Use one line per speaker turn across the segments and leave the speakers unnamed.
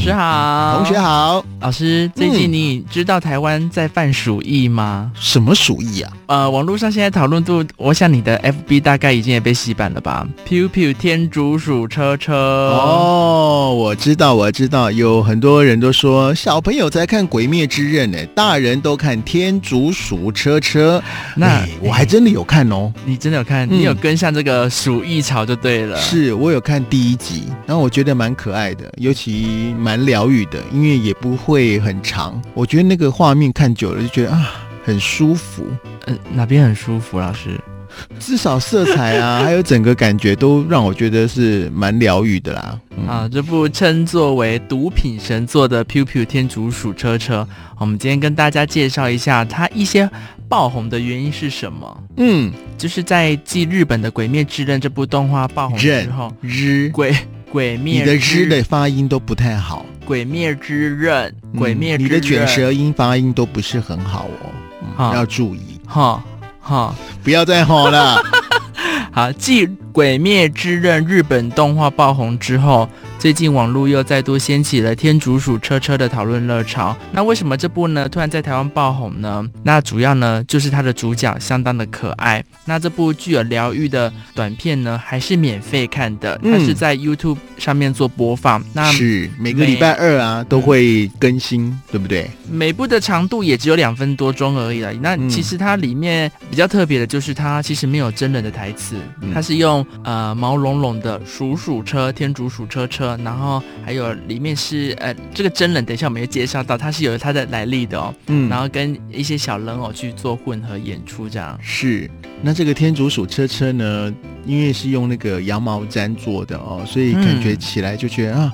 师好，
嗯同学。好，
老师，最近你知道台湾在犯鼠疫吗？
什么鼠疫啊？
呃，网络上现在讨论度，我想你的 FB 大概已经也被洗版了吧？Piu Piu 天竺鼠车车，哦，
哦，我知道，我知道，有很多人都说小朋友才看《鬼灭之刃》呢，大人都看《天竺鼠车车》
那
哎我还真的有看哦，
你真的有看？
嗯
你有跟上这个鼠疫潮就对了。
是我有看第一集，然后我觉得蛮可爱的，尤其蛮疗愈的，因为也不会很长，我觉得那个画面看久了就觉得啊。很舒服，
呃，哪边很舒服？老师，
至少色彩 啊，还有整个感觉都让我觉得是蛮疗愈的啦。嗯、
啊，这部称作为毒品神作的《Piu Piu 天竺鼠车车》，我们今天跟大家介绍一下它一些爆红的原因是什么。
嗯，
就是在继日本的《鬼灭之刃》这部动画爆红之
刃
后，
日
鬼鬼灭
你的“
之
之”的发音都不太好，
鬼灭之刃，
嗯
鬼灭之
你
刃，
的卷舌音发音都不是很好哦，嗯
好
要注意，
哈哈
不要再 吼了。
好。继《鬼灭之刃》日本动画爆红之后，最近网络又再度掀起了天竺鼠车车的讨论热潮。那为什么这部呢突然在台湾爆红呢？那主要呢就是它的主角相当的可爱。那这部具有疗愈的短片呢，还是免费看的，它
嗯
是在 YouTube 上面做播放。那
是每个礼拜二啊都会更新，对不对？
每部的长度也只有两分多钟而已啦。那
嗯
其实它里面比较特别的就是它其实没有真人的台词，
嗯
它是用呃毛茸茸的鼠鼠车、天竺鼠车车，然后还有里面是呃这个真人，等一下我们会介绍到，它是有它的来历的哦。
嗯
然后跟一些小人偶去做混合演出这样。
是。那这个天竺鼠车车呢，因为是用那个羊毛毡做的哦，所以感觉
嗯
起来就觉得、啊，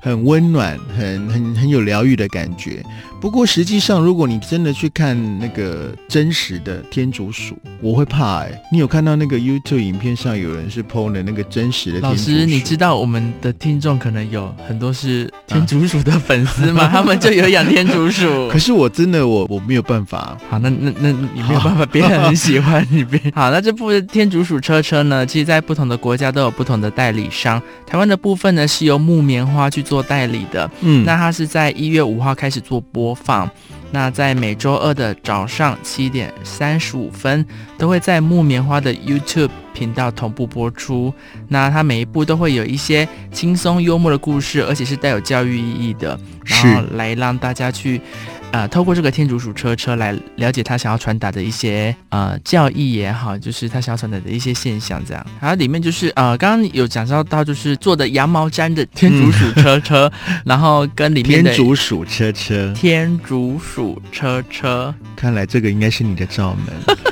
很温暖，很很很有疗愈的感觉。不过实际上，如果你真的去看那个真实的天竺鼠，我会怕哎、你有看到那个 YouTube 影片上有人是 PO 的那个真实的天
老
竺鼠？
师，你知道我们的听众可能有很多是
啊
天竺鼠的粉丝吗？ 他们就有养天竺 鼠。
可是我真的我我没有办法，
好，那那那你没有办法，别人很喜欢你别。好，那这部天竺鼠车车呢，其实在不同的国家都有不同的代理商。台湾的部分呢是由木棉花去做代理的，
嗯
那它是在一月五号开始做播放。那在每周二的早上七点三十五分，都会在木棉花的 YouTube 频道同步播出。那它每一部都会有一些轻松幽默的故事，而且是带有教育意义的，
是
然后来让大家去，呃，透过这个天竺鼠车车来了解他想要传达的一些呃教义也好，就是他想要传达的一些现象这样。还有里面就是呃，刚刚有讲到到就是做的羊毛毡的天竺鼠车 车，然后跟里面
天
的
竺鼠车车，
天竺鼠车车，
看来这个应该是你的罩门。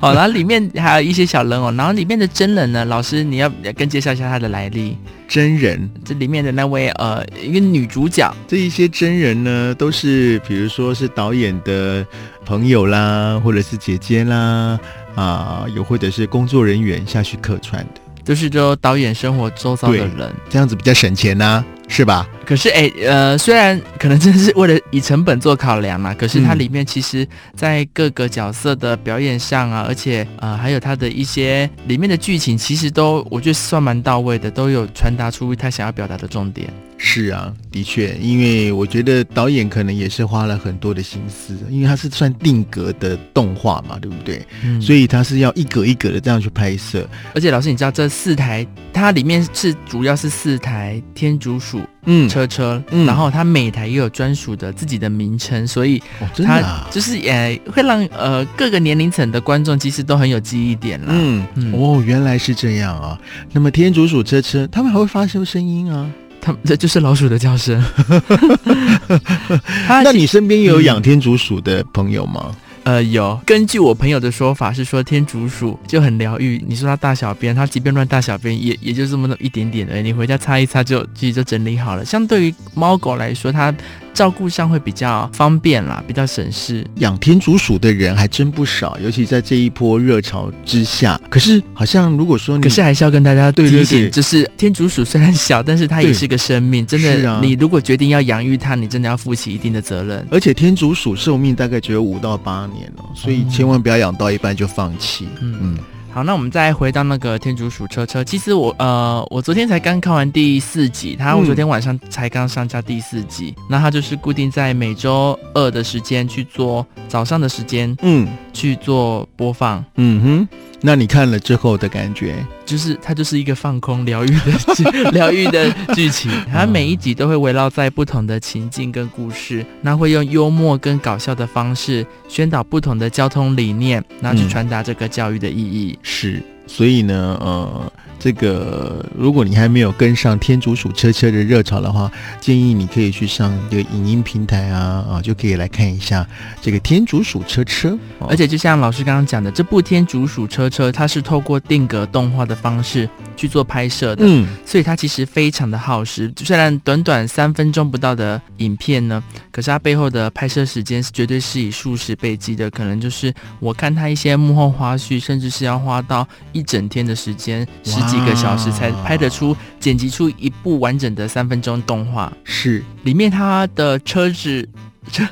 哦，然后里面还有一些小人偶，然后里面的真人呢，老师你要跟介绍一下他的来历。
真人
这里面的那位呃，一个女主角，
这一些真人呢，都是比如说是导演的朋友啦，或者是姐姐啦，啊，有或者是工作人员下去客串的，
就是就导演生活周遭的
对
人。
这样子比较省钱呐、是吧？
可是哎、呃，虽然可能真的是为了以成本做考量啦，可 是它
嗯
里面其实在各个角色的表演上啊，而且呃，还有它的一些里面的剧情，其实都我觉得算蛮到位的，都有传达出他想要表达的重点。
是啊，的确，因为我觉得导演可能也是花了很多的心思，因为它是算定格的动画嘛，对不对？
嗯，
所
以
以它是要一格一格的这样去拍摄。
而且老师，你知道这四台，它里面是主要是四台天竺鼠
嗯，
车车，
嗯
然后它每台也有专属的自己的名称，所以
哦，真的、
它
啊，
就是也会让呃各个年龄层的观众其实都很有记忆点啦。
嗯，
嗯
哦，原来是这样啊。那么天竺鼠车车，它们还会发出声音啊。
他们这就是老鼠的叫声。他
那你身边有养天竺鼠的朋友吗？
呃有，根据我朋友的说法是说天竺鼠就很疗愈。你说它大小便，它即便乱大小便也也就这么那么一点点而已，你回家擦一擦就自己就整理好了。相对于猫狗来说，它照顾上会比较方便啦，比较省事。
养天竺鼠的人还真不少，尤其在这一波热潮之下。可是好像如果说你
可是还啊是要跟大家提
对
醒，
对对
就是天竺鼠虽然小，但是它也
对
是个生命，真
是
的，
啊
你如果决定要养育它，你真的要负起一定的责任。
而且天竺鼠寿命大概只有五到八年哦，所以
哦
千万不要养到一半就放弃。
嗯
嗯，
好，那我们再回到那个天竺鼠车车。其实我呃，我昨天才刚看完第四集，它
嗯
我昨天晚上才刚上架第四集。那它就是固定在每周二的时间去做，早上的时间
嗯
去做播放，
嗯哼，那你看了之后的感觉，
就是它就是一个放空疗愈的剧 疗愈的剧情。
嗯
它每一集都会围绕在不同的情境跟故事，那会用幽默跟搞笑的方式宣导不同的交通理念，然后去
嗯
传达这个教育的意义。
是，所以呢，呃，这个如果你还没有跟上天竺鼠车车的热潮的话，建议你可以去上这个影音平台啊啊，就可以来看一下这个天竺鼠车车。哦
而且就像老师刚刚讲的，这部《天竺鼠车车》它是透过定格动画的方式去做拍摄的，
嗯，
所以它其实非常的耗时。虽然短短三分钟不到的影片呢，可是它背后的拍摄时间是绝对是以数十倍计的，可能就是我看它一些幕后花絮，甚至是要花到一整天的时间，十几个小时才拍得出、剪辑出一部完整的三分钟动画。
是
里面它的车子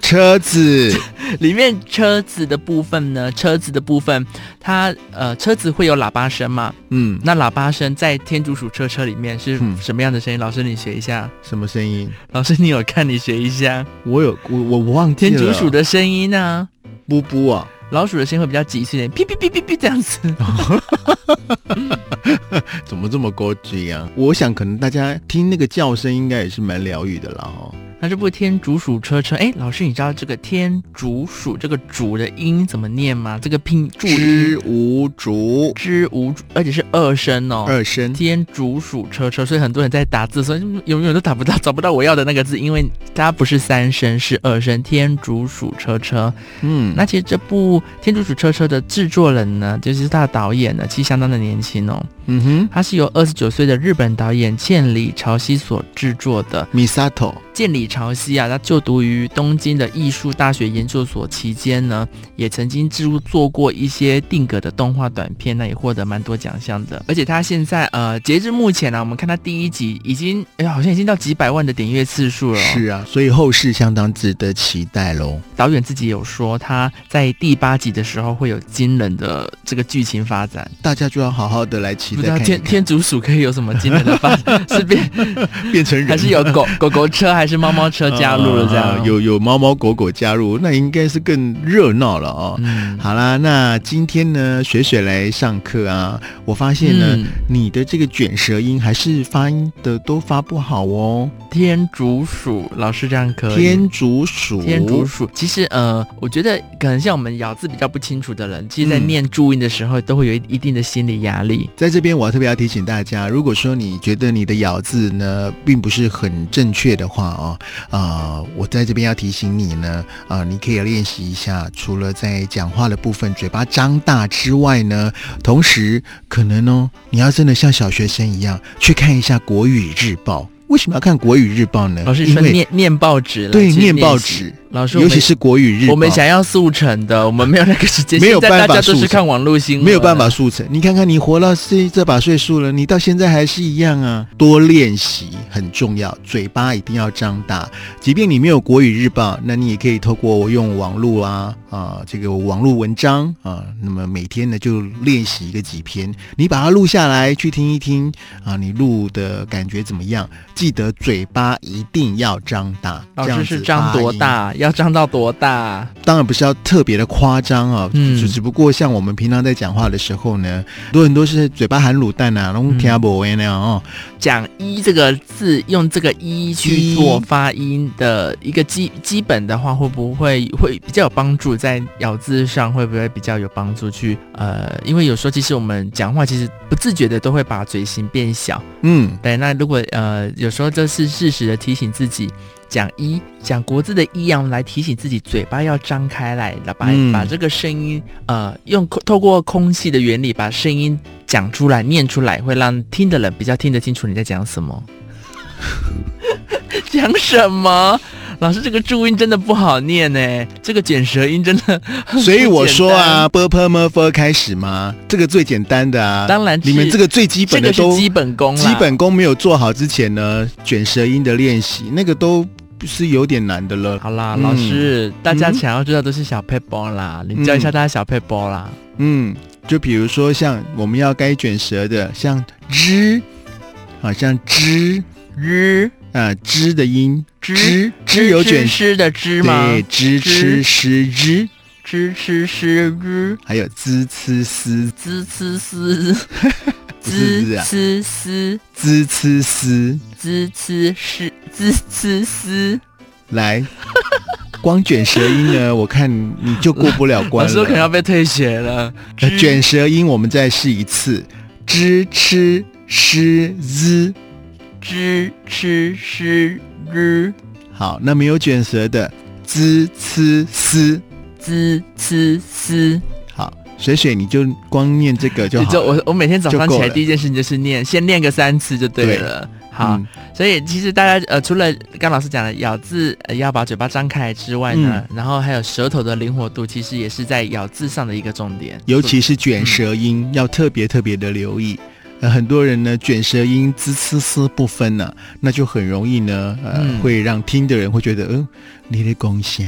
车子，
里面车子的部分呢，车子的部分，它呃车子会有喇叭声嘛？
嗯，
那喇叭声在天竺鼠车车里面是
嗯
什么样的声音？老师你学一下，
什么声音？
老师你有看你学一下。
我有我我我忘记
天
了。
竺鼠的声音呢、
布布啊，
老鼠的声音会比较急促一点，哔哔哔哔哔这样子。
怎么这么高级啊？我想可能大家听那个叫声应该也是蛮疗愈的啦哦。
那这部天竺鼠车车，哎，老师你知道这个天竺鼠这个“竺”的音怎么念吗？这个拼注音
知无竹
之无，而且是二声哦。
二声，
天竺鼠车车，所以很多人在打字，所以永远都打不到，找不到我要的那个字，因为它不是三声，是二声。天竺鼠车车，
嗯，
那其实这部《天竺鼠车车》的制作人呢，就是他的导演呢，其实相当的年轻哦，
嗯哼。
他是由二十九岁的日本导演千里朝希所制作的。
Misato，
建里朝希啊，他就读于东京的艺术大学研究所期间呢，也曾经制作过一些定格的动画短片，那也获得蛮多奖项的。而且他现在呃，截至目前呢、我们看他第一集已经，哎呀，好像已经到几百万的点阅次数了、哦。
是啊，所以后世相当值得期待喽。
导演自己有说，他在第八集的时候会有惊人的这个剧情发展，
大家就要好好的来期
不知
待
道
看一
天
看，
天竺鼠可以有什么惊人的发展？是变
变成人
还是有狗狗狗车还是猫猫车加入了这样？
啊有有猫猫狗狗加入，那应该是更热闹了哦。
嗯，
好啦，那今天呢，雪雪来上课啊，我发现呢，
嗯
你的这个卷舌音还是发音的都发不好哦。
天竺鼠，老师这样可以。
天竺鼠，
天竺鼠，其实呃，我觉得可能像我们咬字比较不清楚的人，其实，在
嗯
念注音的时候，都会有一一定的心理压力。
在这边，我要特别要提醒大家，如果说你觉得你的咬字呢并不是很正确的话哦，啊、我在这边要提醒你呢，啊、你可以练习一下，除了在讲话的部分嘴巴张大之外呢，同时可能哦，你要真的像小学生一样去看一下《国语日报》。为什么要看《国语日报》呢？
老师
嗯因
说
为
念念报纸了，
对
去
念报
习
纸，
老师，我
尤
们
其是《国语日报》，
我们想要速成的，我们没有那个时间，
没有
现在
办
大家
法
都是
速成
看网络新闻，
没有办法。速成。你看看，你活到这这把岁数了，你到现在还是一样啊。多练习很重要，嘴巴一定要张大。即便你没有国语日报，那你也可以透过我用网络啊啊这个网络文章啊，那么每天呢就练习一个几篇，你把它录下来去听一听啊，你录的感觉怎么样？记得嘴巴一定要张大，
老
这样
师
子
是张多
发音
大？要张到多大？
当然不是要特别的夸张啊，
嗯
只只不过像我们平常在讲话的时候呢，很多人都是嘴巴含卤蛋啊，拢听不那样哦。
讲“一”这个字，用这个“一”去
一
做发音的一个基基本的话，会不会会比较有帮助？在咬字上会不会比较有帮助去？呃，因为有时候其实我们讲话其实不自觉的都会把嘴型变小。
嗯，
对，那如果呃有时候这是适时的提醒自己。讲一讲国字的“一”啊，我们来提醒自己嘴巴要张开来，来把、
嗯
把这个声音，呃，用空透过空气的原理把声音讲出来、念出来，会让听的人比较听得清楚你在讲什么。 讲什么？老师，这个注音真的不好念呢，这个卷舌音真的不简单。
所以我说啊，b p m f 开始嘛，这个最简单的啊。
当然是
你们这个最基
这
本
个
的
是
都
基本功啦，
基本功没有做好之前呢，卷舌音的练习那个都是有点难的了。
好啦，
嗯
老师，大家
嗯
想要知道都是小 paper 啦，你教一下大家小 paper 啦。
嗯，就比如说像我们要该卷舌的，像之，好像之
日
啊之的音，
之
之之有卷舌，
嗯吃的吃吗？
对，之吃食之，
吃吃吃日
还有滋呲丝
滋呲丝，
不是滋
滋
啊
呲丝，
滋呲丝，
滋呲丝，滋呲丝。
来，光卷舌音呢，我看你就过不了关
老
了。
师 我可能要被退学了。
呃卷舌音，我们再试一次，之吃诗滋。
知吃吃日
好，那没有卷舌的滋呲丝。
滋呲丝。
好，水水你就光念这个就
你
好
就
了。
我我每天早上
就够
起来
了
第一件事情就是念，先念个三次就对
对
了。好，
嗯
所以其实大家呃，除了刚老师讲的咬字、呃、要把嘴巴张开之外呢，
嗯
然后还有舌头的灵活度，其实也是在咬字上的一个重点。
尤其是卷舌音，要特别特别的留意。呃，很多人呢卷舌音滋呲丝不分呢、那就很容易呢，呃，
嗯
会让听的人会觉得，嗯、你的功下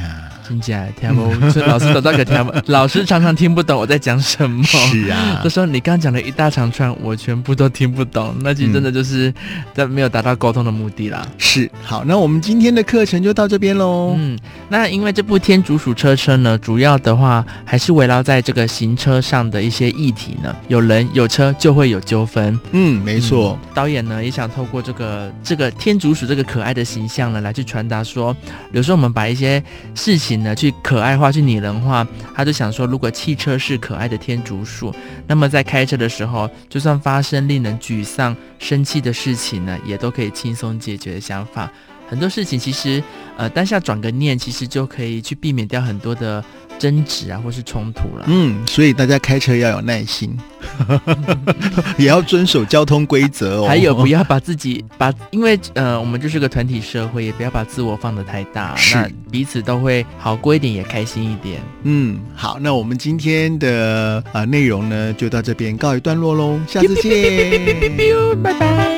听起来听不懂，所以老师都到个听不，老师常常听不懂我在讲什么。
嗯是 啊
这，时候你刚讲了一大长串，我全部都听不懂，那就真的就是，但没有达到沟通的目的啦。
是好。那我们今天的课程就到这边喽。
嗯，那因为这部《天竺鼠车车》呢，主要的话还是围绕在这个行车上的一些议题呢。有人有车就会有纠纷，
嗯，没错，
嗯导演呢也想透过这个这个天竺鼠这个可爱的形象呢，来去传达说，有时候我们把一些事情呢去可爱化、去拟人化，他就想说，如果汽车是可爱的天竺鼠，那么在开车的时候，就算发生令人沮丧、生气的事情呢，也都可以轻松解决的想法。很多事情其实，呃，当下转个念，其实就可以去避免掉很多的争执啊，或是冲突了。
嗯，所以大家开车要有耐心， 也要遵守交通规则哦。
还有不要把自己把，因为呃，我们就是个团体社会，也不要把自我放得太大，
是
那彼此都会好过一点，也开心一点。
嗯，好，那我们今天的啊、呃内容呢，就到这边告一段落喽，下次见。
拜拜。